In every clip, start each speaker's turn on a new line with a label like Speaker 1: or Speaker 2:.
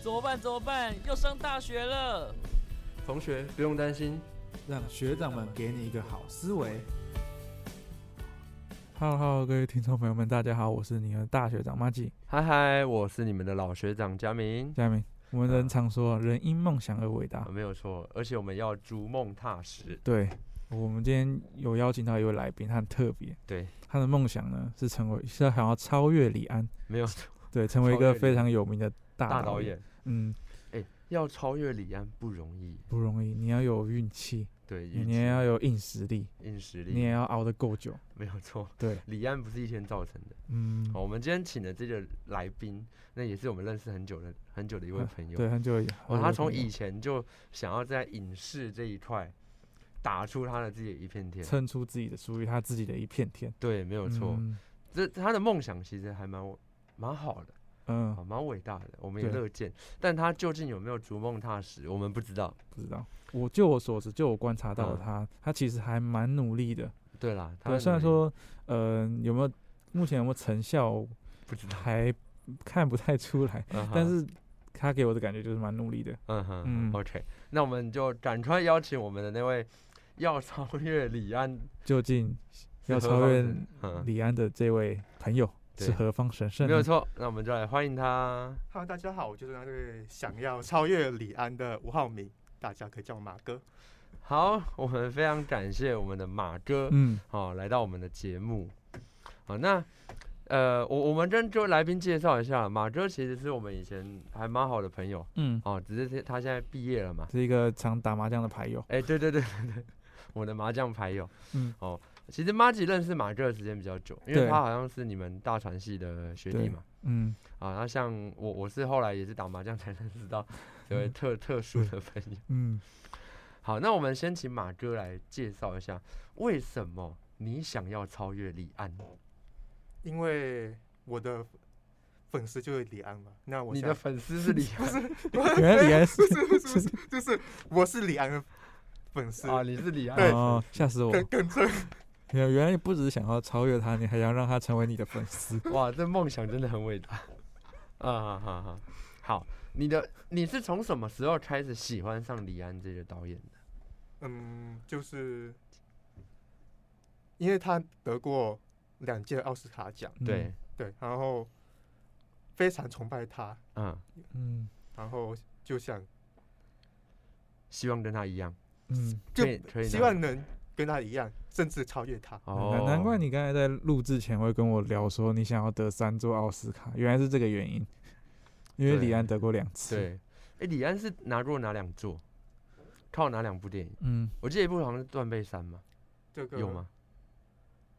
Speaker 1: 怎么办？怎么办？要上大学了。
Speaker 2: 同学不用担心。
Speaker 3: 让学长们给你一个好思维。
Speaker 4: Hello Hello，各位听众朋友们，大家好，我是你们的大学长马季
Speaker 2: 嗨嗨，我是你们的老学长佳明、
Speaker 4: 佳明。我们人常说，人因梦想而伟大
Speaker 2: 啊，。没有错，而且我们要逐梦踏实。
Speaker 4: 对，我们今天有邀请到一位来宾，他很特别，
Speaker 2: 对，
Speaker 4: 他的梦想呢是成为是想要超越李安，
Speaker 2: 没有
Speaker 4: 对，成为一
Speaker 2: 超越
Speaker 4: 个
Speaker 2: 李安
Speaker 4: 非常有名的
Speaker 2: 大
Speaker 4: 大
Speaker 2: 导
Speaker 4: 导
Speaker 2: 演，
Speaker 4: 嗯，
Speaker 2: 哎、要超越李安不容易。
Speaker 4: 不容易，你要有运气，
Speaker 2: 对，运
Speaker 4: 你
Speaker 2: 气
Speaker 4: 也要有硬实力，
Speaker 2: 硬实
Speaker 4: 你也
Speaker 2: 力，
Speaker 4: 要熬得够久。
Speaker 2: 没有错。
Speaker 4: 对，
Speaker 2: 李安不是一天造成的。
Speaker 4: 嗯，
Speaker 2: 好，我们今天请的这个来宾，那也是我们认识很久的、很久的一位
Speaker 4: 嗯
Speaker 2: 朋友。
Speaker 4: 对，很久以
Speaker 2: 哦，他从
Speaker 4: 以
Speaker 2: 以前就想要在影视这一块打出他的自己的一片天。
Speaker 4: 撑出自己的属于他自己的一片天，
Speaker 2: 对，没有错。
Speaker 4: 嗯
Speaker 2: 这他的梦想其实还蛮蛮好的，啊
Speaker 4: 嗯，
Speaker 2: 蛮伟大的，我们也
Speaker 4: 对
Speaker 2: 乐见。但他究竟有没有逐梦踏实，我们不知道。
Speaker 4: 不知道。我就我所知，就我观察到
Speaker 2: 嗯
Speaker 4: 他，他其实还蛮努力的。
Speaker 2: 对啦，他
Speaker 4: 对，
Speaker 2: 的
Speaker 4: 虽然
Speaker 2: 努力
Speaker 4: 说，呃，有没有目前有没有成效，
Speaker 2: 不知 道，
Speaker 4: 还看不太 出来，
Speaker 2: 嗯
Speaker 4: 但
Speaker 2: 哼
Speaker 4: 是他给我的感觉就是蛮努力的。
Speaker 2: 嗯哼
Speaker 4: 嗯
Speaker 2: o k 那我们就赶快邀请我们的那位 要超越李安，
Speaker 4: 究竟
Speaker 2: 是
Speaker 4: 要
Speaker 2: 何
Speaker 4: 超
Speaker 2: 方
Speaker 4: 越
Speaker 2: 神嗯，
Speaker 4: 李安的这位朋友是
Speaker 2: 对
Speaker 4: 何方神圣
Speaker 2: 没
Speaker 4: 呢？
Speaker 2: 有错。那我们就来欢迎他。
Speaker 5: Hello，大家好，我就是那位想要超越李安的吴浩明，大家可以叫我马哥。
Speaker 2: 好，我们非常感谢我们的马哥，
Speaker 4: 嗯，
Speaker 2: 好、来到我们的节目。好，那呃，我我们跟各位来宾介绍一下，马哥其实是我们以前还蛮好的朋友，
Speaker 4: 嗯，
Speaker 2: 哦，只是他现在毕业了嘛。
Speaker 4: 是一个常打麻将的牌友。
Speaker 2: 哎、对对对对对，我的麻将牌友，
Speaker 4: 嗯，
Speaker 2: 哦，其实马吉认识马哥的时间比较久，因为
Speaker 4: 对
Speaker 2: 他好像是你们大传系的学弟
Speaker 4: 对
Speaker 2: 嘛。
Speaker 4: 嗯，
Speaker 2: 啊，那像我，我是后来也是打麻将才认识到这位特特殊的朋友。
Speaker 4: 嗯，
Speaker 2: 好，那我们先请马哥来介绍一下，为什么你想要超越李安？
Speaker 5: 因为我的粉丝就是李安嘛，那我
Speaker 2: 你
Speaker 5: 想
Speaker 2: 的粉丝是李 安
Speaker 4: 原来李安是
Speaker 5: 不是不是不是，就是我是李安的粉丝，
Speaker 2: 啊，你是李安的粉丝。
Speaker 4: 哦，吓死我！
Speaker 5: 更更正。
Speaker 4: 原原来你不只是想要超越他，你还想让他成为你的粉 丝。
Speaker 2: 哇，这梦想真的很伟大啊！哈哈哈，好，你的你是从什么时候开始喜欢上李安这个导演的？
Speaker 5: 嗯，就是因为他得过两届奥斯卡奖，
Speaker 4: 嗯
Speaker 2: 对，，
Speaker 5: 对，然后非常崇拜他，
Speaker 2: 嗯，
Speaker 4: 嗯
Speaker 5: 然后就想
Speaker 2: 希望跟他一样，
Speaker 4: 嗯，
Speaker 5: 就
Speaker 2: 可以可以
Speaker 5: 希
Speaker 2: 拿
Speaker 5: 望能跟他一样，甚至超越他。
Speaker 2: 哦，
Speaker 4: 难怪你刚才在录制前会跟我聊说你想要得三座奥斯卡，原来是这个原因，因为
Speaker 2: 对
Speaker 4: 李安得过两次。，
Speaker 2: 对，哎，李安是拿过哪两座？靠哪两部电影？
Speaker 4: 嗯，
Speaker 2: 我记得一部好像是《断背山》嘛，
Speaker 5: 这个
Speaker 2: 有？吗？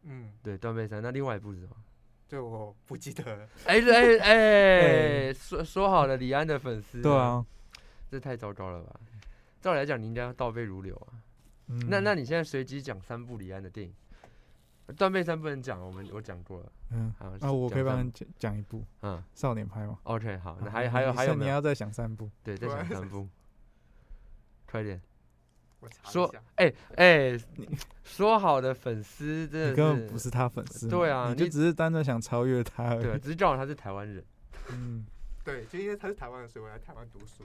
Speaker 5: 嗯，
Speaker 2: 对，《断背山》。那另外一部是什么？
Speaker 5: 这我不记得了。
Speaker 2: 哎哎哎，说说好了，李安的粉丝。
Speaker 4: 对，啊，
Speaker 2: 这太糟糕了吧？照理来讲，你应该要倒背如流啊。
Speaker 4: 嗯
Speaker 2: 那那你现在随机讲三部李安的电影，《断背山》不能讲，我们我讲过了。
Speaker 4: 嗯，
Speaker 2: 好
Speaker 4: 啊，我可以
Speaker 2: 讲
Speaker 4: 帮
Speaker 2: 三
Speaker 4: 你讲讲一部
Speaker 2: 部嗯
Speaker 4: 少年派吗？
Speaker 2: ，OK，好，那
Speaker 4: 啊
Speaker 2: 还
Speaker 4: 你
Speaker 2: 还有
Speaker 4: 你
Speaker 2: 还有
Speaker 4: 先
Speaker 2: 没
Speaker 4: 你
Speaker 2: 有？
Speaker 4: 要再想三部，
Speaker 2: 对，再
Speaker 5: 我
Speaker 2: 讲
Speaker 5: 要
Speaker 2: 三部，快点
Speaker 5: 我查一
Speaker 2: 说
Speaker 5: 下。
Speaker 2: 哎哎，说好的粉丝
Speaker 4: 你
Speaker 2: 真
Speaker 4: 根本
Speaker 2: 的
Speaker 4: 不是他粉丝嘛，
Speaker 2: 对啊
Speaker 4: 你就
Speaker 2: 你
Speaker 4: 只是单纯想超越他而
Speaker 2: 对，
Speaker 4: 已。
Speaker 2: 只是正好他是台湾人
Speaker 4: 嗯，
Speaker 5: 对，就因为他是台湾人，所以我来台湾读书。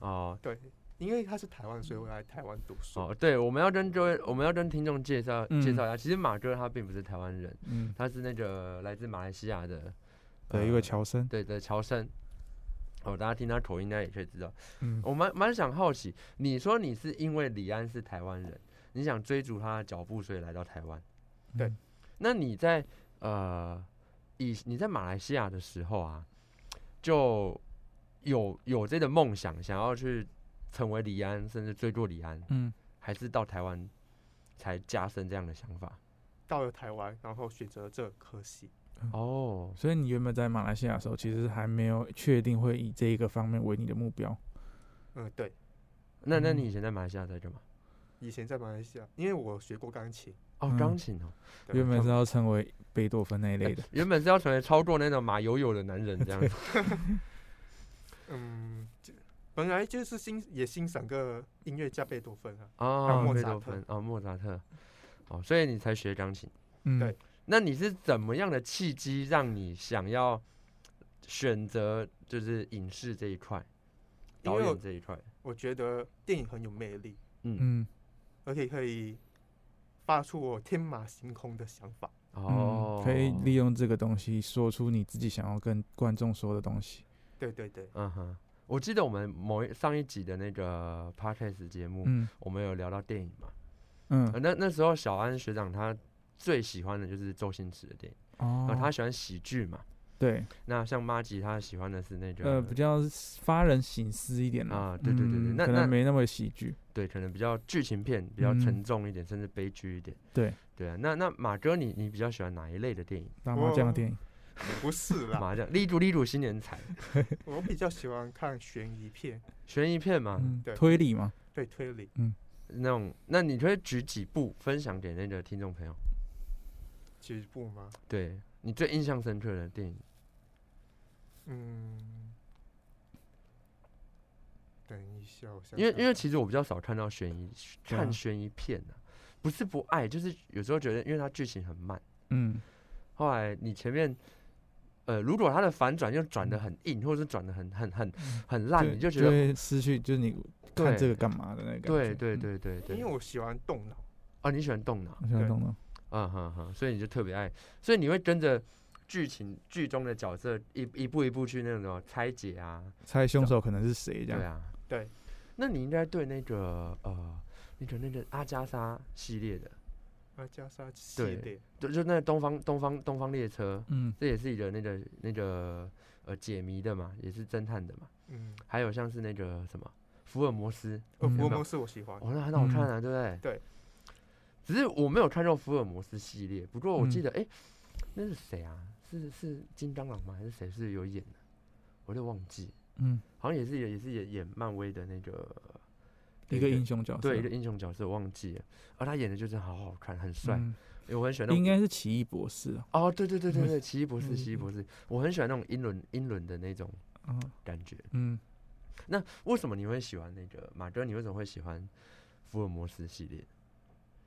Speaker 2: 哦。
Speaker 5: 对，因为他是台湾人，所以我来台湾读书。
Speaker 2: 哦，对，我们要跟各位，我们要跟听众介绍介
Speaker 4: 嗯
Speaker 2: 绍一下，其实马哥他并不是台湾人，
Speaker 4: 嗯，
Speaker 2: 他是那个来自马来西亚的
Speaker 4: 的一
Speaker 2: 呃
Speaker 4: 位乔 生，
Speaker 2: 对的乔生。哦，大家听他口音，应该也可以知道。
Speaker 4: 嗯，
Speaker 2: 我蛮蛮想好奇，你说你是因为李安是台湾人，你想追逐他的脚步，所以来到台湾。
Speaker 5: 对
Speaker 4: 嗯，
Speaker 2: 那你在呃，以你在马来西亚的时候啊，就有有这个梦想，想要去成为李安，甚至追过李安，
Speaker 4: 嗯，
Speaker 2: 还是到台湾才加深这样的想法？
Speaker 5: 到了台湾，然后选择这科系。
Speaker 2: 哦，
Speaker 4: 所以你原本在马来西亚的时候，其实还没有确定会以这一个方面为你的目标。
Speaker 5: 嗯，对，
Speaker 2: 那那
Speaker 4: 嗯
Speaker 2: 你以前在马来西亚在干嘛？
Speaker 5: 以前在马来西亚，因为我学过钢琴。
Speaker 2: 哦，
Speaker 4: 嗯
Speaker 2: 钢琴哦。
Speaker 5: 对
Speaker 4: 原本
Speaker 5: 他
Speaker 4: 是
Speaker 5: 们
Speaker 4: 要成为贝多芬那一类的，
Speaker 2: 原本是要成为超过那种马友友的男人这样子
Speaker 5: 嗯，就本来就是欣也欣赏个音乐家贝多芬啊。
Speaker 2: 啊，
Speaker 5: 莫
Speaker 2: 贝
Speaker 5: 扎
Speaker 2: 多
Speaker 5: 特
Speaker 2: 芬啊，莫扎特，哦，所以你才学钢琴。
Speaker 4: 嗯，
Speaker 5: 对
Speaker 2: 那你是怎么样的契机让你想要选择就是影视这一块？
Speaker 5: 因
Speaker 2: 导
Speaker 5: 为
Speaker 2: 演
Speaker 5: 我
Speaker 2: 这一块，
Speaker 5: 我觉得电影很有魅力，
Speaker 2: 嗯，
Speaker 4: 嗯，
Speaker 5: 而且可以发出我天马行空的想法。
Speaker 2: 哦、
Speaker 4: 嗯可以利，用这个东西说出你自己想要跟观众说的东西。
Speaker 5: 对对 对，
Speaker 2: 嗯哼。我记得我们某一上一集的那个 podcast 节目，
Speaker 4: 嗯
Speaker 2: 我们有聊到电影嘛？呃、
Speaker 4: 嗯
Speaker 2: 那那时候小安学长他最喜欢的就是周星驰的电影，然后
Speaker 4: 哦，
Speaker 2: 他喜欢喜剧嘛。
Speaker 4: 对，
Speaker 2: 那像妈吉他喜欢的是那个
Speaker 4: 呃，比较发人省思一点啦。
Speaker 2: 啊，对对对对，
Speaker 4: 嗯
Speaker 2: 那
Speaker 4: 可能
Speaker 2: 那
Speaker 4: 没那么喜剧。
Speaker 2: 对，可能比较剧情片比较
Speaker 4: 嗯
Speaker 2: 沉重一点，甚至悲剧一点。
Speaker 4: 对，
Speaker 2: 对啊，那那马哥你你比较喜欢哪一类的电影？
Speaker 4: 打麻将的
Speaker 5: 我
Speaker 4: 电影，
Speaker 5: 不是啦，
Speaker 2: 麻将，立主立主新年彩，
Speaker 5: 我比较喜欢看悬疑片，
Speaker 2: 悬疑片嘛，
Speaker 4: 嗯
Speaker 5: 对，
Speaker 4: 推理嘛，
Speaker 5: 对推理。
Speaker 2: 那种，那你可以举几部分享给那个听众朋友？
Speaker 5: 几部吗？
Speaker 2: 对你最印象深刻的电影？
Speaker 5: 嗯，等一下，我想
Speaker 2: 因为
Speaker 5: 想
Speaker 2: 因为
Speaker 5: 看
Speaker 2: 其实我比较少看到悬
Speaker 5: 嗯
Speaker 2: 疑
Speaker 4: 对啊
Speaker 2: 看悬疑片啊，不是不爱，就是有时候觉得因为它剧情很慢，
Speaker 4: 嗯，
Speaker 2: 后来你前面。呃，如果它的反转又转的很硬，或者是转的很很很很烂，你就觉得
Speaker 4: 会失去，就是你看
Speaker 2: 对
Speaker 4: 这个干嘛的那个感觉。
Speaker 2: 对对
Speaker 4: 嗯，
Speaker 2: 对对对，
Speaker 5: 因为我喜欢动脑，
Speaker 2: 啊，你喜欢动脑，
Speaker 4: 我想
Speaker 5: 对
Speaker 4: 懂了。
Speaker 2: 嗯哼哼，所以你就特别爱，所以你会跟着剧情剧中的角色一一步一步去那种什么拆解啊，
Speaker 4: 猜凶手可能是谁这
Speaker 2: 对
Speaker 4: 样？
Speaker 2: 啊，
Speaker 5: 对。
Speaker 2: 那你应该对那个呃，那个那个阿加莎系列的，
Speaker 5: 阿啊加莎系
Speaker 2: 对
Speaker 5: 列，
Speaker 2: 就就那东方东方东方列车，
Speaker 4: 嗯，
Speaker 2: 这也是一个那个那个呃解谜的嘛，也是侦探的嘛。
Speaker 5: 嗯，
Speaker 2: 还有像是那个什么福尔摩斯，
Speaker 5: 呃，
Speaker 4: 嗯
Speaker 5: 福尔摩斯我喜欢，
Speaker 2: 哦，那很好看啊，对不对？
Speaker 5: 对。
Speaker 2: 只是我没有看过福尔摩斯系列，不过我记
Speaker 4: 嗯
Speaker 2: 得，哎、那是谁啊？是是金刚狼吗？还是谁是有演的？我都忘记，
Speaker 4: 嗯，
Speaker 2: 好像也是也是演演漫威的那个
Speaker 4: 一个英雄角色，
Speaker 2: 对一个英雄角色，忘记了。而、他演的就是好好看，很帅、
Speaker 4: 嗯
Speaker 2: 诶我很喜欢那
Speaker 4: 应
Speaker 2: 种。
Speaker 4: 该是奇异博士啊。
Speaker 2: 哦，对对对对
Speaker 4: 嗯
Speaker 2: 对，奇异博士，
Speaker 4: 嗯
Speaker 2: 奇异博士，我很喜欢那种英伦英伦的那种
Speaker 4: 嗯
Speaker 2: 感觉。
Speaker 4: 嗯，
Speaker 2: 那为什么你会喜欢那个马哥？你为什么会喜欢福尔摩斯系列？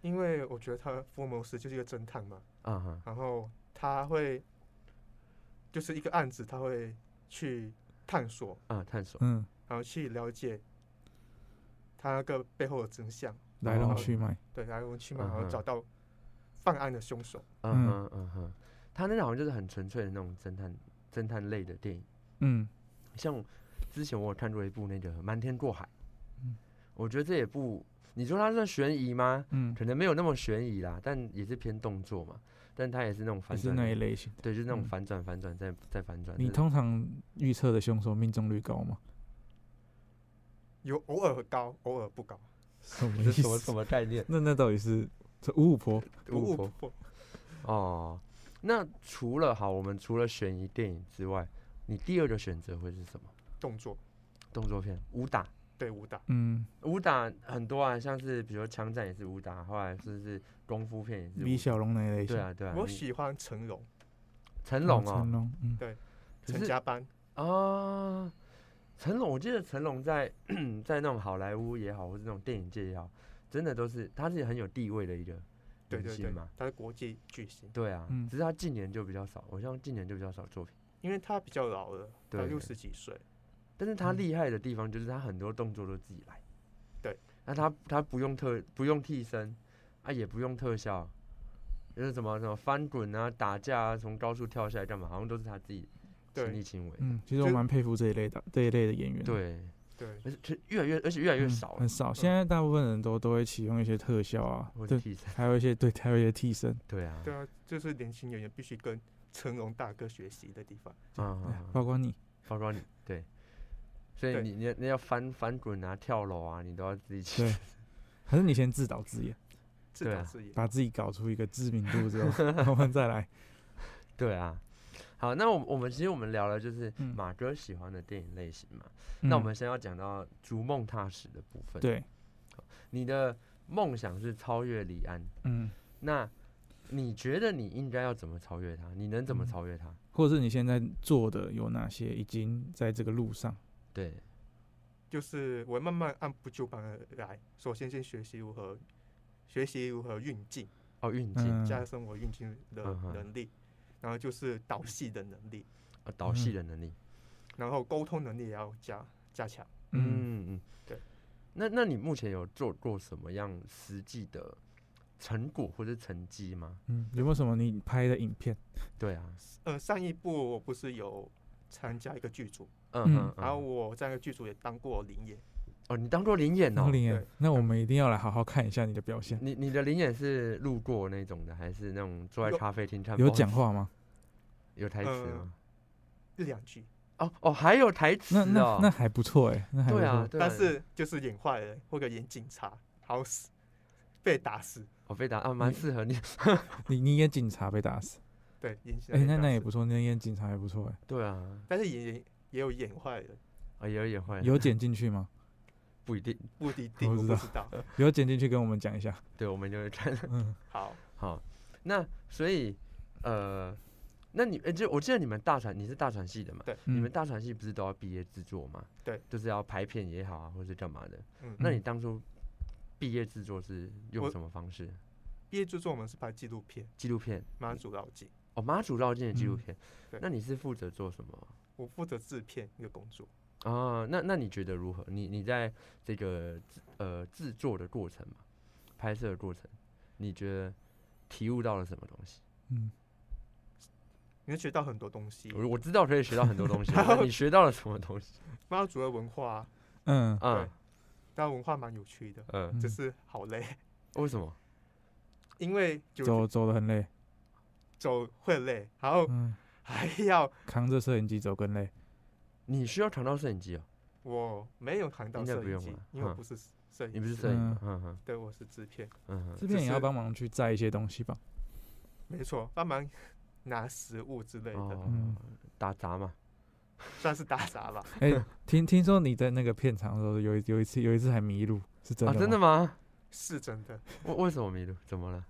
Speaker 5: 因为我觉得他福尔摩斯就是一个侦探嘛，
Speaker 2: 啊哈，
Speaker 5: 然后他会就是一个案子，他会去探索，
Speaker 2: 啊，探索。
Speaker 4: 嗯，
Speaker 5: 然后去了解他那个背后的真相，
Speaker 4: 来龙去脉，
Speaker 5: 对来龙去
Speaker 2: 嗯
Speaker 5: 脉，然后
Speaker 2: 哼
Speaker 5: 找到犯案的凶手。
Speaker 2: 嗯
Speaker 4: 嗯
Speaker 2: 哼嗯哼，他那个好像就是很纯粹的那种侦探侦探类的电影，
Speaker 4: 嗯
Speaker 2: 像之前我有看过一部那个《瞒天过海》，
Speaker 4: 嗯
Speaker 2: 我觉得这也不，你说它算悬疑吗？
Speaker 4: 嗯，
Speaker 2: 可能没有那么悬疑啦，但也是偏动作嘛，但它也是那种
Speaker 4: 也
Speaker 2: 反
Speaker 4: 是
Speaker 2: 转
Speaker 4: 那
Speaker 2: 的，
Speaker 4: 一类型的。
Speaker 2: 对，就是那种
Speaker 4: 嗯
Speaker 2: 反转反转再再反转。
Speaker 4: 你
Speaker 2: 通
Speaker 4: 通常预测的凶手命中率高吗？
Speaker 5: 有偶尔高，偶尔不高，
Speaker 4: 什么
Speaker 2: 这
Speaker 4: 意
Speaker 2: 是什么什
Speaker 4: 思？
Speaker 2: 么概念？
Speaker 4: 那那到底是这五五婆？
Speaker 5: 不
Speaker 2: 巫
Speaker 5: 误
Speaker 2: 婆
Speaker 5: 不
Speaker 2: 哦，那除了好，我们除了悬疑电影之外，你第二个选择会是什么？
Speaker 5: 动作，
Speaker 2: 动作片、武打。
Speaker 5: 对武打，
Speaker 4: 嗯，
Speaker 2: 武打很多啊，像是比如说枪战也是武打，后来甚至功夫片也是武
Speaker 4: 李小龙那一类型。
Speaker 2: 对，啊对啊，
Speaker 5: 我
Speaker 2: 你
Speaker 5: 喜欢成龙、
Speaker 2: 成龙
Speaker 4: 成
Speaker 2: 哦，
Speaker 4: 龙，嗯，
Speaker 2: 可
Speaker 5: 陈
Speaker 2: 是
Speaker 5: 家班，
Speaker 2: 啊，成龙我记得成龙在 在那种好莱坞也好，或是那种电影界也好，真的都是他是很有地位的一个
Speaker 5: 对
Speaker 2: 明
Speaker 5: 对
Speaker 2: 星
Speaker 5: 对
Speaker 2: 嘛，，
Speaker 5: 他是国际巨星，
Speaker 2: 对啊，
Speaker 4: 嗯
Speaker 2: 只是他近年就比较少，我像近年就比较少作品，
Speaker 5: 因为他比较老了，他
Speaker 2: 对
Speaker 5: 六十几岁，
Speaker 2: 但是他
Speaker 4: 嗯
Speaker 2: 厉害的地方就是他很多动作都自己来，
Speaker 5: 对，
Speaker 2: 那他他不用特不用替身啊，也不用特效，就是什么什么翻滚啊、打架啊、从高处跳下来干嘛，好像都是他自己亲力
Speaker 5: 对
Speaker 2: 亲为。
Speaker 4: 嗯，其实我
Speaker 5: 就
Speaker 4: 蛮佩服这一类的这一类的演员的。
Speaker 2: 对，
Speaker 5: 对
Speaker 2: 而且其实越来越而且越来越
Speaker 4: 嗯
Speaker 2: 少了
Speaker 4: 很，少。现在大部分人都都会启用一些特效啊，
Speaker 2: 或者
Speaker 4: 对，
Speaker 2: 替身。
Speaker 4: 还有一些对，还有一些替身，
Speaker 2: 对啊，
Speaker 5: 对啊，就是年轻演员必须跟成龙大哥学习的地方。
Speaker 2: 嗯
Speaker 4: 对啊
Speaker 2: 嗯，嗯
Speaker 4: 哎包括你，
Speaker 2: 包括你对，所以
Speaker 5: 对
Speaker 2: 你你你要翻翻滚啊、跳楼啊，你都要自己去
Speaker 4: 对。还是你先自导自演，
Speaker 5: 自
Speaker 2: 对
Speaker 5: 导
Speaker 2: 啊
Speaker 5: 自演。
Speaker 4: 把自己搞出一个知名度之后， 我们再来。
Speaker 2: 对啊。好，那我我们其实我们聊了就是
Speaker 4: 嗯
Speaker 2: 马哥喜欢的电影类型嘛，那我
Speaker 4: 嗯
Speaker 2: 们先要讲到《逐梦踏实》的部分。，
Speaker 4: 对，
Speaker 2: 你的梦想是超越李安，
Speaker 4: 嗯，
Speaker 2: 那你觉得你应该要怎么超越他？你能怎么
Speaker 4: 嗯
Speaker 2: 超越他？
Speaker 4: 或者是你现在做的有哪些已经在这个路上？
Speaker 2: 对，
Speaker 5: 就是我慢慢按部就班的来，首先先学习如何学习如何运镜，
Speaker 2: 哦，运镜、
Speaker 4: 嗯，
Speaker 5: 加深我运镜的
Speaker 2: 嗯哼
Speaker 5: 能力，然后就是导戏的能力，
Speaker 2: 哦
Speaker 4: 嗯
Speaker 2: 呃导戏的能力，
Speaker 5: 然后沟通能力也要加加强，
Speaker 4: 嗯，
Speaker 2: 嗯嗯，
Speaker 5: 对。
Speaker 2: 那那你目前有做过什么样实际的成果或者成绩吗？
Speaker 4: 嗯，有没有什么你拍的影片？
Speaker 2: 对啊，
Speaker 5: 呃，上一部我不是有参加一个剧组，
Speaker 2: 嗯
Speaker 4: 嗯
Speaker 2: 嗯，
Speaker 5: 然后
Speaker 2: 嗯
Speaker 5: 啊我在那个剧组也当过领演，
Speaker 2: 哦，你当过灵演
Speaker 4: 然后
Speaker 2: 哦？
Speaker 4: 林演
Speaker 5: 对，
Speaker 4: 那我们一定要来好好看一下你的表现。
Speaker 2: 你你的灵演是路过那种的，还是那种坐在
Speaker 5: 有
Speaker 2: 咖啡厅看报
Speaker 4: 有
Speaker 2: 纸
Speaker 4: 讲话吗？
Speaker 2: 有台词
Speaker 5: 呃
Speaker 2: 吗？
Speaker 5: 一两句，
Speaker 2: 哦哦，还有台词
Speaker 4: 那那
Speaker 2: 哦
Speaker 4: 那。还不错哎，那还不
Speaker 2: 对啊
Speaker 4: 错，。
Speaker 2: 对啊
Speaker 5: 但是就是演坏人或者演警察，然后死被打死，
Speaker 2: 我被打啊，蛮适合你。
Speaker 4: 你你演警察被打死，
Speaker 5: 对，演起来
Speaker 4: 哎，
Speaker 5: 被
Speaker 4: 那
Speaker 5: 打
Speaker 4: 那也
Speaker 5: 死
Speaker 4: 不错，你演警察也不错哎，
Speaker 2: 对啊，
Speaker 5: 但是也也有演坏人，
Speaker 2: 啊也有演坏人，
Speaker 4: 有剪进去吗？
Speaker 2: 不一定。
Speaker 5: 不一定
Speaker 4: 我不
Speaker 5: 我不
Speaker 4: 知道
Speaker 5: 知道。
Speaker 4: 有剪进去跟我们讲一 下。
Speaker 2: 对，我们就会看。
Speaker 4: 嗯，
Speaker 5: 好，
Speaker 2: 好，那所以呃，那你呃就我记得你们大传你是大传系的嘛？你们
Speaker 4: 嗯，
Speaker 2: 大传系不是都要毕业制作吗？
Speaker 5: 对，
Speaker 2: 就是要拍片也好啊，或是干嘛的。
Speaker 5: 嗯，
Speaker 2: 那
Speaker 4: 嗯
Speaker 2: 你当初毕业制作是用
Speaker 5: 我
Speaker 2: 什么方式？
Speaker 5: 毕业制作我们是拍纪录片《
Speaker 2: 纪录片
Speaker 5: 妈祖绕境》，
Speaker 2: 哦，妈祖绕境的纪录
Speaker 4: 嗯
Speaker 2: 片。
Speaker 5: 对
Speaker 2: 那你是负责做什么？
Speaker 5: 我负责制片一个工作。
Speaker 2: 啊，那那你觉得如何？你你在这个制呃制作的过程嘛，拍摄的过程，你觉得体悟到了什么东西？
Speaker 4: 嗯，
Speaker 5: 你会学到很多东西，
Speaker 2: 我我知道可以学到很多东西， 那你学到了什么东西？
Speaker 5: 妈祖的文化，
Speaker 4: 嗯，
Speaker 2: 啊，
Speaker 5: 但文化蛮有趣的，
Speaker 2: 嗯，
Speaker 5: 只
Speaker 4: 嗯
Speaker 5: 是好累，
Speaker 2: 为什么？
Speaker 5: 因为就
Speaker 4: 走走的很累，
Speaker 5: 走会累，然后
Speaker 4: 嗯，
Speaker 5: 还要
Speaker 4: 扛着摄影机走更累。
Speaker 2: 嗯你需要扛到摄影机哦，
Speaker 5: 我没有谈到
Speaker 2: 应该
Speaker 5: 摄
Speaker 2: 不
Speaker 5: 影
Speaker 2: 用
Speaker 5: 机
Speaker 2: 吧，
Speaker 5: 因为我
Speaker 2: 嗯
Speaker 5: 不是摄
Speaker 2: 你
Speaker 5: 影
Speaker 2: 不是
Speaker 5: 师，
Speaker 2: 摄影吗？嗯哼，
Speaker 5: 对，我是制片，
Speaker 2: 嗯哼，
Speaker 4: 这边也要
Speaker 5: 是
Speaker 4: 帮忙去载一些东西吧？
Speaker 5: 没错，帮忙 拿食物之类的，
Speaker 2: 哦
Speaker 4: 嗯，
Speaker 2: 打杂嘛，
Speaker 5: 算是打杂吧。
Speaker 4: 哎，听听说你在那个片场的时候，有一有一次有一次还迷路，是真
Speaker 2: 啊，
Speaker 4: 的？
Speaker 2: 真的？吗？
Speaker 5: 是真的，
Speaker 2: 为为什么迷路？怎么了？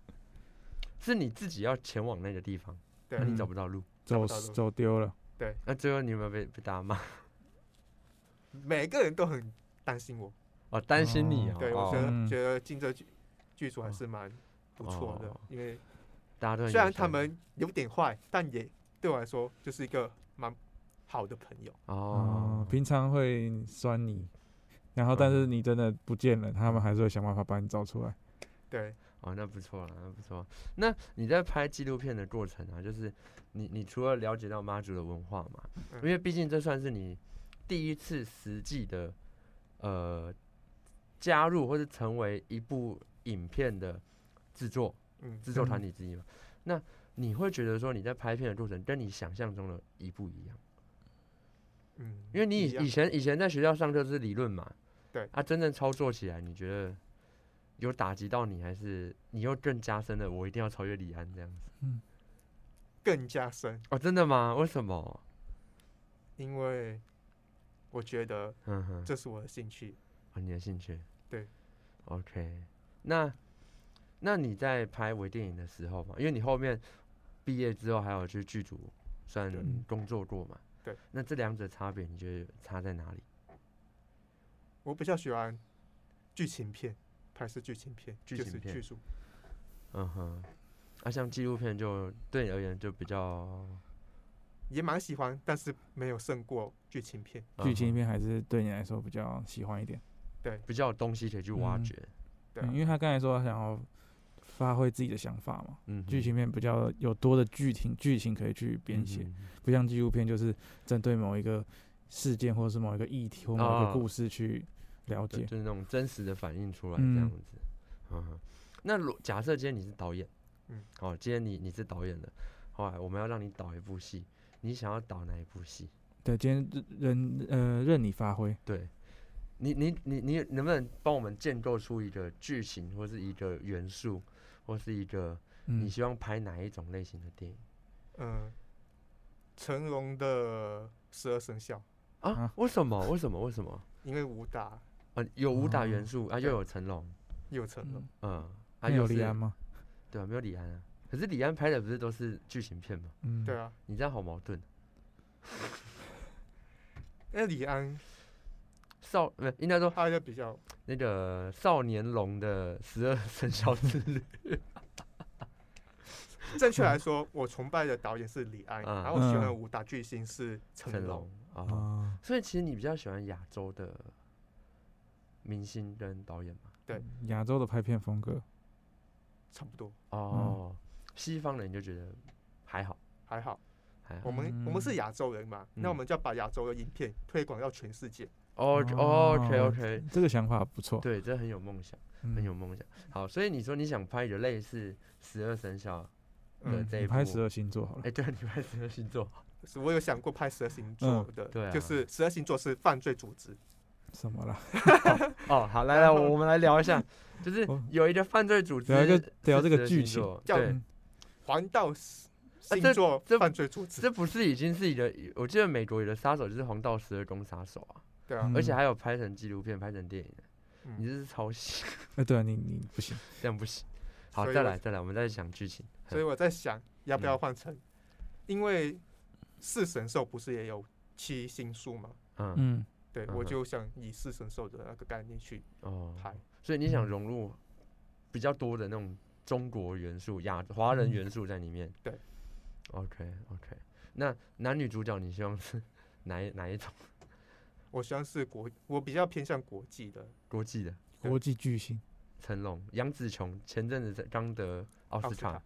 Speaker 2: 是你自己要前往那个地方，
Speaker 5: 对
Speaker 2: 那，你找
Speaker 4: 嗯
Speaker 2: 不到路，
Speaker 4: 走
Speaker 5: 找不到路
Speaker 4: 走丢了。
Speaker 2: 那最后你有没有被被大家骂？
Speaker 5: 每个人都很担心我，
Speaker 2: 哦，担心你
Speaker 4: 哦
Speaker 2: 哦，
Speaker 5: 对我觉
Speaker 2: 哦
Speaker 4: 嗯
Speaker 5: 得觉得进这剧剧组还是蛮不错的
Speaker 2: 哦，
Speaker 5: 因为
Speaker 2: 大家都很
Speaker 5: 虽
Speaker 2: 友
Speaker 5: 然他
Speaker 2: 善
Speaker 5: 们有点坏，但也对我来说就是一个蛮好的朋友。
Speaker 2: 哦
Speaker 4: 哦，，平常会酸你，然后但是你真的不见了，他们还是会想办法把你找出来。
Speaker 5: 对，
Speaker 2: 哦，那不错了，那不错。那你在拍纪录片的过程啊，就是你你除了了解到妈祖的文化嘛，
Speaker 5: 嗯
Speaker 2: 因为毕竟这算是你第一次实际的呃加入或是成为一部影片的制作
Speaker 5: 嗯，
Speaker 2: 制作团
Speaker 4: 嗯
Speaker 2: 体之一嘛。那你会觉得说你在拍片的过程跟你想象中的一不一样？
Speaker 5: 嗯，
Speaker 2: 因为你
Speaker 5: 一
Speaker 2: 以
Speaker 5: 样
Speaker 2: 以前以前在学校上课是理论嘛，
Speaker 5: 对
Speaker 2: 啊，真正操作起来，你觉得有打击到你，还是你又更加深了我一定要超越李安这样子？
Speaker 5: 更加深，
Speaker 2: 哦，真的吗？为什么？
Speaker 5: 因为我觉得
Speaker 2: 嗯哼，
Speaker 5: 这是我的兴趣。
Speaker 2: 哦你的兴趣。
Speaker 5: 对
Speaker 2: ，OK，那那你在拍微电影的时候嘛，因为你后面毕业之后还有去剧组算
Speaker 5: 对
Speaker 2: 工作过嘛，
Speaker 5: 对，
Speaker 2: 那这两者差别你觉得差在哪里？
Speaker 5: 我比较喜欢剧情片，拍摄剧情片，
Speaker 2: 剧
Speaker 5: 就
Speaker 2: 情
Speaker 5: 是
Speaker 2: 片
Speaker 5: 剧组。
Speaker 2: 嗯哼，啊，像纪录片就对你而言就比较
Speaker 5: 也蛮喜欢，但是没有胜过剧情片。
Speaker 4: 剧
Speaker 2: 嗯
Speaker 4: 情
Speaker 2: 哼
Speaker 4: 片还是对你来说比较喜欢一点，
Speaker 2: 比较有东西可以去挖
Speaker 4: 嗯
Speaker 2: 掘。
Speaker 5: 对啊
Speaker 4: 嗯因为他刚才说他想要发挥自己的想法嘛，
Speaker 2: 嗯
Speaker 4: 剧
Speaker 2: 哼
Speaker 4: 情片比较有多的剧情剧情可以去编写，
Speaker 2: 嗯哼
Speaker 4: 不像纪录片就是针对某一个事件或者是某一个议题或某一
Speaker 2: 哦
Speaker 4: 个故事去了
Speaker 2: 对
Speaker 4: 解。
Speaker 2: 就是那种真实的反映出来这样
Speaker 4: 嗯
Speaker 2: 子。嗯哼，那如假设今天你是导演，
Speaker 5: 嗯，
Speaker 2: 哦，今天你你是导演的，后来我们要让你导一部戏，你想要导哪一部戏？
Speaker 4: 对，今天任呃任你发挥，
Speaker 2: 对，你你你你能不能帮我们建构出一个剧情，或是一个元素，或是一个你
Speaker 4: 嗯
Speaker 2: 希望拍哪一种类型的电影？
Speaker 5: 嗯，成龙的十二生肖，
Speaker 2: 啊
Speaker 4: 啊，
Speaker 2: 为什么？为什么？为什么？
Speaker 5: 因为武打
Speaker 2: 啊，有武打元
Speaker 4: 哦
Speaker 2: 素啊，又
Speaker 5: 对
Speaker 2: 有成龙，
Speaker 5: 又有成龙，
Speaker 2: 嗯，
Speaker 4: 嗯
Speaker 2: 啊，
Speaker 4: 那有
Speaker 2: 又
Speaker 4: 立
Speaker 2: 是
Speaker 4: 安吗？
Speaker 2: 对啊，没有李安啊。可是李安拍的不是都是剧情片吗？
Speaker 4: 嗯，
Speaker 5: 对啊，
Speaker 2: 你这样好矛盾。哦
Speaker 5: 那李安
Speaker 2: 少不是应该说
Speaker 5: 他就比较
Speaker 2: 那个少年龙的十二生肖之旅
Speaker 5: 正确来说，我崇拜的导演是李安，
Speaker 2: 嗯
Speaker 5: 然后我喜欢的
Speaker 4: 嗯
Speaker 5: 武打巨星是成
Speaker 2: 成
Speaker 5: 龙
Speaker 2: 龙。
Speaker 5: 嗯
Speaker 2: 啊，
Speaker 4: 啊，
Speaker 2: 所以其实你比较喜欢亚洲的明星跟导演嘛。
Speaker 5: 对
Speaker 4: 亚洲的拍片风格，
Speaker 5: 差不多，嗯
Speaker 2: 哦，西方人就觉得还好，
Speaker 5: 还好。
Speaker 2: 还好
Speaker 5: 我。们我们是
Speaker 4: 嗯
Speaker 5: 亚洲人嘛，那我
Speaker 2: 嗯
Speaker 5: 们就要把亚洲的影片推广到全世界。
Speaker 2: 哦
Speaker 4: 哦
Speaker 2: OK OK，
Speaker 4: 这个想法不错，
Speaker 2: 对，这很有梦想，
Speaker 4: 嗯
Speaker 2: 很有梦想。好，所以你说你想拍的类似《十二生肖》的
Speaker 4: 嗯
Speaker 2: 这
Speaker 4: 你
Speaker 2: 一部，
Speaker 4: 拍十二星座好了
Speaker 2: 哎，，对，你拍十二星座，
Speaker 5: 是我有想过拍十二星座
Speaker 4: 嗯
Speaker 5: 的，
Speaker 2: 对啊
Speaker 5: 就是十二星座是犯罪组织，
Speaker 4: 什么啦？
Speaker 2: 哦，好，来来，我我们来聊一下， 就是
Speaker 4: 哦
Speaker 2: 有一个犯罪组织，
Speaker 4: 聊一个聊这个
Speaker 2: 个
Speaker 4: 剧情
Speaker 5: 叫
Speaker 2: 哦对，
Speaker 4: 嗯
Speaker 5: 黄道十
Speaker 2: 啊
Speaker 5: 星
Speaker 2: 这
Speaker 5: 座
Speaker 2: 这
Speaker 5: 犯罪组织，
Speaker 2: 这不是已经是一个，我记得美国有的杀手就是黄道十二宫杀手啊，
Speaker 5: 对啊，
Speaker 2: 而且
Speaker 4: 嗯
Speaker 2: 还有拍成纪录片、拍成电影的，
Speaker 5: 嗯
Speaker 2: 你这是抄袭，
Speaker 4: 哎，对啊你你不行，
Speaker 2: 这样不行。好，
Speaker 5: 所以
Speaker 2: 再
Speaker 5: 我
Speaker 2: 来再来，我们再讲剧情。
Speaker 5: 所以我在想要不要
Speaker 2: 嗯
Speaker 5: 换成，因为四神兽不是也有七星宿吗？
Speaker 2: 嗯，
Speaker 4: 嗯，
Speaker 5: 对，
Speaker 2: 嗯
Speaker 5: 我
Speaker 2: 哼
Speaker 5: 就想以四神兽的那个概念去
Speaker 2: 哦，
Speaker 5: 拍，
Speaker 2: 所以你想
Speaker 4: 嗯
Speaker 2: 融入比较多的那种中国元素、亚华人
Speaker 4: 嗯
Speaker 2: 元素在里面。
Speaker 5: 对
Speaker 2: ，OK OK。那男女主角你希望是哪一哪一种
Speaker 5: 我希望是国，我比较偏向国际的
Speaker 2: 国际的？
Speaker 5: 对
Speaker 4: 国际巨星，
Speaker 2: 成龙、杨紫琼前阵子在刚得奥
Speaker 5: 奥
Speaker 2: 斯
Speaker 5: 斯卡
Speaker 2: 卡，，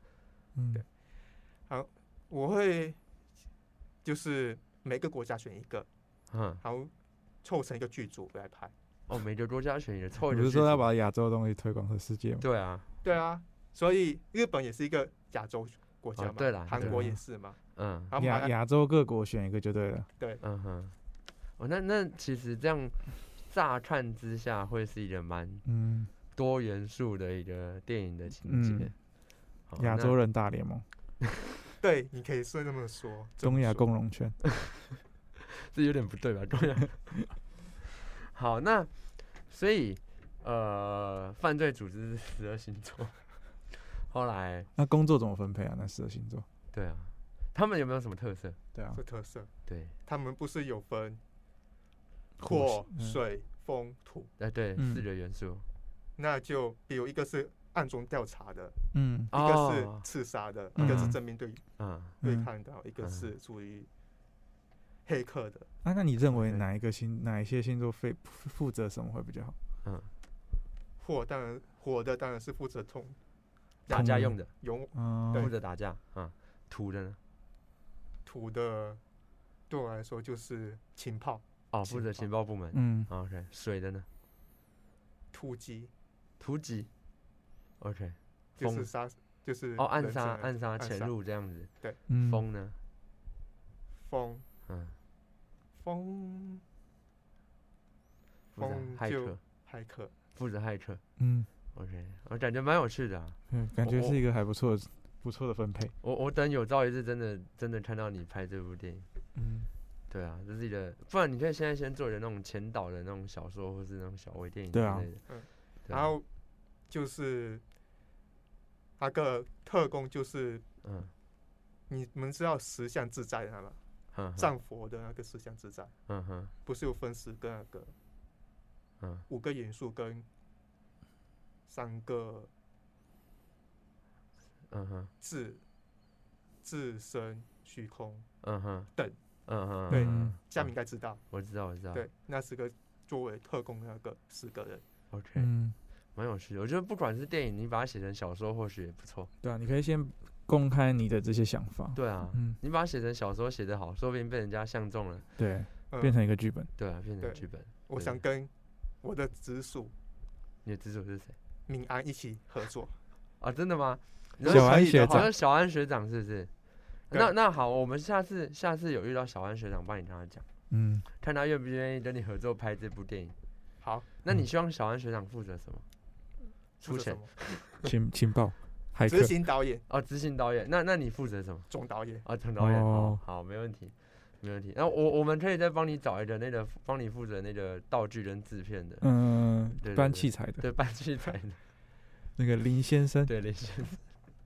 Speaker 4: 嗯
Speaker 5: 对，我会就是每个国家选一个，
Speaker 2: 嗯，
Speaker 5: 然后凑成一个剧组来拍。
Speaker 2: 哦，每个国家选一个凑
Speaker 4: 我
Speaker 2: 一个
Speaker 4: 是
Speaker 2: 剧
Speaker 4: 说要
Speaker 2: 情。
Speaker 4: 把亚洲的东西推广到世界嘛，
Speaker 2: 对啊，
Speaker 5: 对啊，所以日本也是一个亚洲国家
Speaker 2: 哦
Speaker 5: 嘛，
Speaker 2: 对啦
Speaker 5: 韩
Speaker 4: 对
Speaker 5: 国
Speaker 4: 啦
Speaker 5: 也是嘛，
Speaker 2: 嗯
Speaker 5: 然后马
Speaker 4: 亚
Speaker 5: 来
Speaker 4: 亚洲各国选一个就对了，
Speaker 2: 嗯哼，哦，那那其实这样乍看之下会是一个蛮
Speaker 4: 嗯，
Speaker 2: 多元素的一个电影的情
Speaker 4: 嗯
Speaker 2: 节。好
Speaker 4: 亚
Speaker 2: 哦那
Speaker 4: 洲人大联盟，
Speaker 5: 对，你可以是这么说，这么
Speaker 4: 中亚
Speaker 5: 说
Speaker 4: 共荣圈，
Speaker 2: 这有点不对吧？中央。 好，那所以呃，犯罪组织是十二星座。后来，
Speaker 4: 那工作怎么分配啊？那十二星座，
Speaker 2: 对啊，他们有没有什么特色？
Speaker 4: 对啊
Speaker 5: 这，特色，
Speaker 2: 对，
Speaker 5: 他们不是有分
Speaker 4: 火
Speaker 5: 火、
Speaker 4: 嗯
Speaker 5: 水、风、土，
Speaker 2: 哎对，
Speaker 4: 嗯
Speaker 2: 四个元素。
Speaker 5: 那就比如一个是暗中调查的，
Speaker 4: 嗯
Speaker 5: 一个
Speaker 2: 哦
Speaker 5: 是刺杀的，一个是
Speaker 4: 嗯
Speaker 5: 正面对
Speaker 2: 嗯，
Speaker 5: 对
Speaker 4: 嗯
Speaker 5: 抗的，一个
Speaker 2: 嗯
Speaker 5: 是属于黑客的。
Speaker 4: 啊，那你认为
Speaker 2: 对
Speaker 4: 哪一个星哪一些星座负负责什么会比较好？
Speaker 5: 火当然，火的当然是负责通
Speaker 2: 打架用的，
Speaker 5: 勇
Speaker 4: 嗯
Speaker 2: 负，责打架。啊，土的呢？
Speaker 5: 土的，对我来说就是情报
Speaker 2: 哦，负责情
Speaker 5: 情
Speaker 2: 报部门。
Speaker 4: 嗯，
Speaker 2: OK，水的呢？
Speaker 5: 突击，
Speaker 2: 突击。OK，
Speaker 5: 就
Speaker 2: 风
Speaker 5: 是杀，就是
Speaker 2: 哦，暗
Speaker 5: 人
Speaker 2: 杀、
Speaker 5: 质
Speaker 2: 暗杀、
Speaker 5: 暗
Speaker 2: 潜
Speaker 5: 杀
Speaker 2: 入这样子。
Speaker 4: 嗯
Speaker 2: 风呢？
Speaker 5: 风
Speaker 2: 嗯，
Speaker 5: 风
Speaker 2: 负责
Speaker 5: 风
Speaker 2: 啊骇
Speaker 5: 就
Speaker 2: 客，
Speaker 5: 骇客，
Speaker 2: 负责骇客。
Speaker 4: 嗯，
Speaker 2: OK，我感觉蛮有趣的啊。
Speaker 4: 嗯，感觉
Speaker 2: 我
Speaker 4: 是一个还不错的不错的分配，
Speaker 2: 我我等有朝一日真的真的看到你拍这部电影，
Speaker 4: 嗯，
Speaker 2: 对啊，这是一个，不然你可以现在先做一个那种前导的那种小说，或是那种小微电影之
Speaker 4: 对
Speaker 2: 类
Speaker 4: 啊
Speaker 2: 的。
Speaker 5: 嗯
Speaker 2: 对啊
Speaker 5: 然后就是那个特工，就是
Speaker 2: 嗯
Speaker 5: 你们知道十项自在的吗？
Speaker 2: 嗯
Speaker 5: 战佛的那个十项自在，
Speaker 2: 嗯哼
Speaker 5: 不是有分十个那个
Speaker 2: 嗯
Speaker 5: 五个元素跟三个
Speaker 2: 嗯哼
Speaker 5: 自自身虚空，
Speaker 2: 嗯哼
Speaker 5: 等
Speaker 2: 嗯哼
Speaker 5: 对
Speaker 2: 嗯
Speaker 5: 夏明应该知道。
Speaker 2: 我知道我知道，
Speaker 5: 对，那十个作为特工的那个十个人，
Speaker 2: ，OK，
Speaker 4: 嗯，
Speaker 2: 蛮有趣的。我觉得不管是电影，你把它写成小说，或许也不错。
Speaker 4: 对啊，你可以先公开你的这些想法，
Speaker 2: 对啊，
Speaker 4: 嗯，
Speaker 2: 你把它写成小说写得好，说不定被人家相中了。
Speaker 4: 对，
Speaker 5: 嗯
Speaker 4: 变成一个剧本，
Speaker 2: 对啊，变成
Speaker 5: 对
Speaker 2: 剧本。
Speaker 5: 我
Speaker 2: 对
Speaker 5: 想跟我的直属
Speaker 2: 你的直属是谁
Speaker 5: 敏安一起合作。
Speaker 2: 啊？真的吗？你
Speaker 5: 如
Speaker 2: 说
Speaker 4: 小
Speaker 5: 果可
Speaker 4: 安
Speaker 5: 以的
Speaker 4: 学
Speaker 5: 话
Speaker 2: 好像小安学长是不是？那
Speaker 5: 对
Speaker 2: 那好，我们下次下次有遇到小安学长，帮你跟他讲，
Speaker 4: 嗯，
Speaker 2: 看他愿不愿意跟你合作拍这部电影。
Speaker 5: 好，
Speaker 2: 那你
Speaker 4: 嗯
Speaker 2: 希望小安学长负责什么？出
Speaker 5: 负责
Speaker 2: 钱
Speaker 5: 什么？
Speaker 4: 情情报，骇
Speaker 5: 执
Speaker 4: 客，
Speaker 5: 行导演、
Speaker 2: 哦，执行导演。那那你负责什么？
Speaker 5: 总导演，
Speaker 2: 啊，总导演。哦
Speaker 4: 哦，
Speaker 2: 好，没问题，没问题。那我我们可以再帮你找一个那个帮你负责那个道具跟制片的，
Speaker 4: 嗯
Speaker 2: 对对，
Speaker 4: 搬
Speaker 2: 对
Speaker 4: 器材的
Speaker 2: 对，搬器材的，
Speaker 4: 那个林先生，
Speaker 2: 对林先生，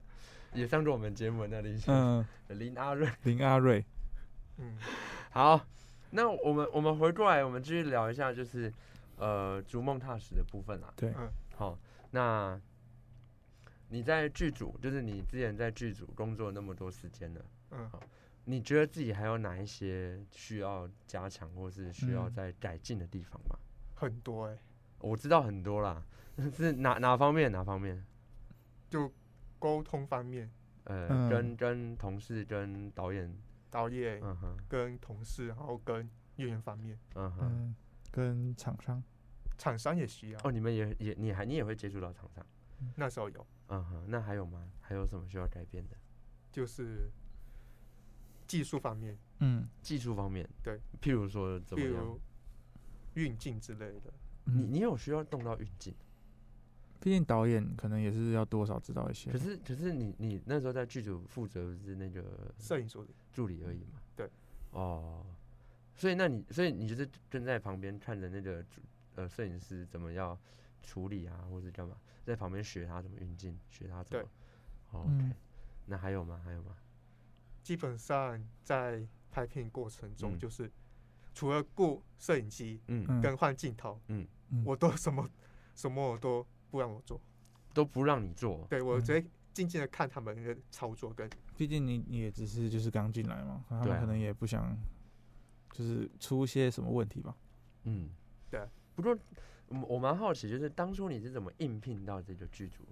Speaker 2: 也上过我们节目的那林先生，
Speaker 4: 嗯，
Speaker 2: 林阿瑞。
Speaker 4: 林阿瑞，
Speaker 5: 嗯，
Speaker 2: 好，那我们我们回过来，我们继续聊一下，就是呃，逐梦踏实的部分啦。
Speaker 4: 对
Speaker 5: 嗯
Speaker 2: 好，那你在剧组，就是你之前在剧组工作那么多时间了，
Speaker 5: 嗯
Speaker 2: 好，你觉得自己还有哪一些需要加强或是需要
Speaker 4: 嗯
Speaker 2: 再改进的地方吗？
Speaker 5: 很多哎、
Speaker 2: 我知道很多啦， 是哪哪方面哪方面？
Speaker 5: 就沟通方面，
Speaker 2: 呃，
Speaker 4: 嗯
Speaker 2: 跟跟同事跟导演，
Speaker 5: 导演
Speaker 2: 嗯哼，
Speaker 5: 跟同事，然后跟演员方面，
Speaker 2: 嗯哼，
Speaker 4: 嗯，跟厂商，
Speaker 5: 厂商也需要。
Speaker 2: 哦，你们也也你还你也会接触到厂商，
Speaker 5: 那时候有，
Speaker 2: 嗯哼，那还有吗？还有什么需要改变的？
Speaker 5: 就是技术方面，
Speaker 4: 嗯，
Speaker 2: 技术方面，
Speaker 5: 对，
Speaker 2: 譬如说怎
Speaker 5: 比
Speaker 2: 么样？
Speaker 5: 如运镜之类的。
Speaker 2: 你
Speaker 4: 嗯
Speaker 2: 你有需要动到运镜，
Speaker 4: 毕竟导演可能也是要多少知道一些
Speaker 2: 可，是可是你你那时候在剧组负责的是那个
Speaker 5: 摄影助理，
Speaker 2: 助理而已嘛。
Speaker 5: 对。
Speaker 2: 哦，所以那你所以你就是跟在旁边看着那个主呃摄影师怎么要处理啊，或是干嘛，在旁边学他怎么运镜，学他怎
Speaker 5: 对
Speaker 2: 么。哦 OK，、
Speaker 4: 嗯
Speaker 2: 那还有吗？还有吗？
Speaker 5: 基本上在拍片过程中，
Speaker 2: 嗯
Speaker 5: 就是除了顾摄影机
Speaker 2: 嗯，
Speaker 4: 嗯
Speaker 5: 跟换镜头，
Speaker 2: 嗯
Speaker 4: 嗯
Speaker 5: 我都什么 什么我都不让我做，
Speaker 2: 都不让你做。
Speaker 5: 对我
Speaker 4: 嗯
Speaker 5: 直接静静的看他们的操作跟
Speaker 4: 毕竟你你也只是就是刚进来嘛，他
Speaker 2: 对啊
Speaker 4: 们可能也不想就是出些什么问题吧。
Speaker 2: 嗯，
Speaker 5: 对。
Speaker 2: 不过我我蛮好奇，就是当初你是怎么应聘到这个剧组？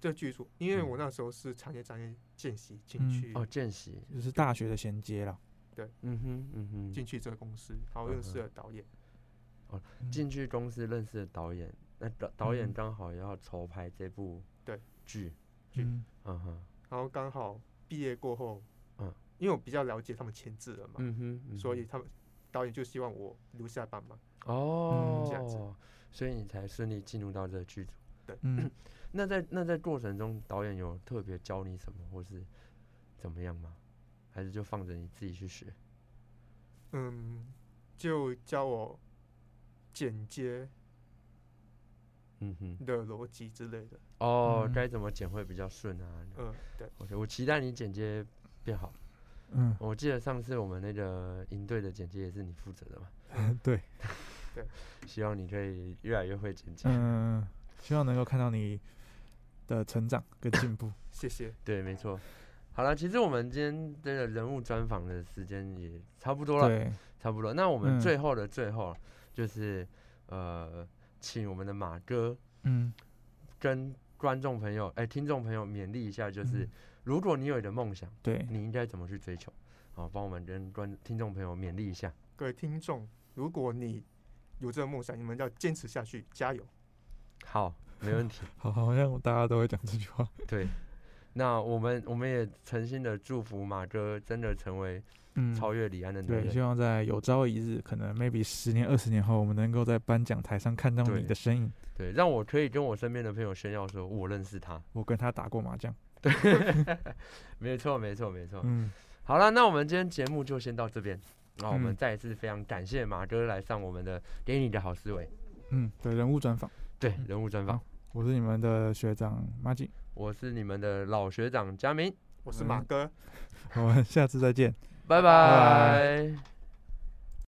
Speaker 5: 这剧组，因为
Speaker 2: 嗯
Speaker 5: 我那时候是产业专业见习进
Speaker 4: 嗯
Speaker 5: 去
Speaker 2: 哦，见习。
Speaker 4: 就是大学的衔接啦，
Speaker 2: 嗯哼，嗯哼。
Speaker 5: 进去这个公司，然后
Speaker 2: 嗯
Speaker 5: 认识
Speaker 2: 哼
Speaker 5: 了导演，
Speaker 4: 嗯
Speaker 2: 进去公司认识的导演，那导导演
Speaker 4: 嗯
Speaker 2: 刚好要筹拍这部
Speaker 5: 对
Speaker 2: 剧，
Speaker 5: 去
Speaker 4: 嗯
Speaker 2: 嗯哼，
Speaker 5: 然后刚好毕业过后，
Speaker 2: 嗯，
Speaker 5: 因为我比较了解他们签字了嘛，
Speaker 2: 嗯哼，嗯
Speaker 5: 所
Speaker 2: 哼
Speaker 5: 以他们导演就希望我留下来帮忙。
Speaker 2: 哦、
Speaker 5: 这样子
Speaker 2: 所以你才顺利进入到这个剧组。
Speaker 4: 嗯，
Speaker 2: 那在那在过程中，导演有特别教你什么，或是怎么样吗？还是就放着你自己去学？
Speaker 5: 嗯，就教我剪接
Speaker 2: 嗯哼，
Speaker 5: 的逻辑之类的。
Speaker 2: 哦，
Speaker 4: 嗯
Speaker 2: 该、怎么剪会比较顺啊
Speaker 5: 嗯，对，
Speaker 2: ？OK，我期待你剪接变好。
Speaker 4: 嗯，
Speaker 2: 我记得上次我们那个营队的剪接也是你负责的嘛，
Speaker 4: 对，
Speaker 2: 希望你可以越来越会剪接。
Speaker 4: 嗯，希望能够看到你的成长跟进步。
Speaker 5: 谢谢。
Speaker 2: 对，没错。好了，其实我们今天这个人物专访的时间也差不 多了，
Speaker 4: 对，
Speaker 2: 差不多。那我们
Speaker 4: 嗯
Speaker 2: 最后的最后，就是、呃，请我们的马哥
Speaker 4: 嗯，
Speaker 2: 跟观众朋友、哎、听众朋友勉励一下，就是、
Speaker 4: 嗯
Speaker 2: 如果你有你的梦想，
Speaker 4: 对，
Speaker 2: 你应该怎么去追求？好，帮我们跟观听众朋友勉励一下。
Speaker 5: 各位听众，如果你有这个梦想，你们要坚持下去，加油！
Speaker 2: 好，没问题。
Speaker 4: 好，好像大家都会讲这句话。
Speaker 2: 对，那我们我们也诚心的祝福马哥真的成为
Speaker 4: 嗯，
Speaker 2: 超越李安的男
Speaker 4: 对，
Speaker 2: 人。
Speaker 4: 希望在有朝一日，可能 maybe 十年、二十年后，我们能够在颁奖台上看到
Speaker 2: 对
Speaker 4: 你的身影。
Speaker 2: 对，让我可以跟我身边的朋友炫耀说，我认识 他。
Speaker 4: 我跟他打过麻将。
Speaker 2: 对，没错，没错，没错。
Speaker 4: 嗯，
Speaker 2: 好了，那我们今天节目就先到这边。那我们
Speaker 4: 嗯
Speaker 2: 再一次非常感谢马哥来上我们的《给你的好思维》
Speaker 4: 嗯，对，人物专访，
Speaker 2: 对
Speaker 4: 嗯
Speaker 2: 人物专访
Speaker 4: 好。我是你们的学长马吉，
Speaker 2: 我是你们的老学长佳明，
Speaker 5: 我是马
Speaker 4: 嗯
Speaker 5: 哥。
Speaker 4: 我们下次再见。
Speaker 2: 拜
Speaker 5: 拜
Speaker 2: 拜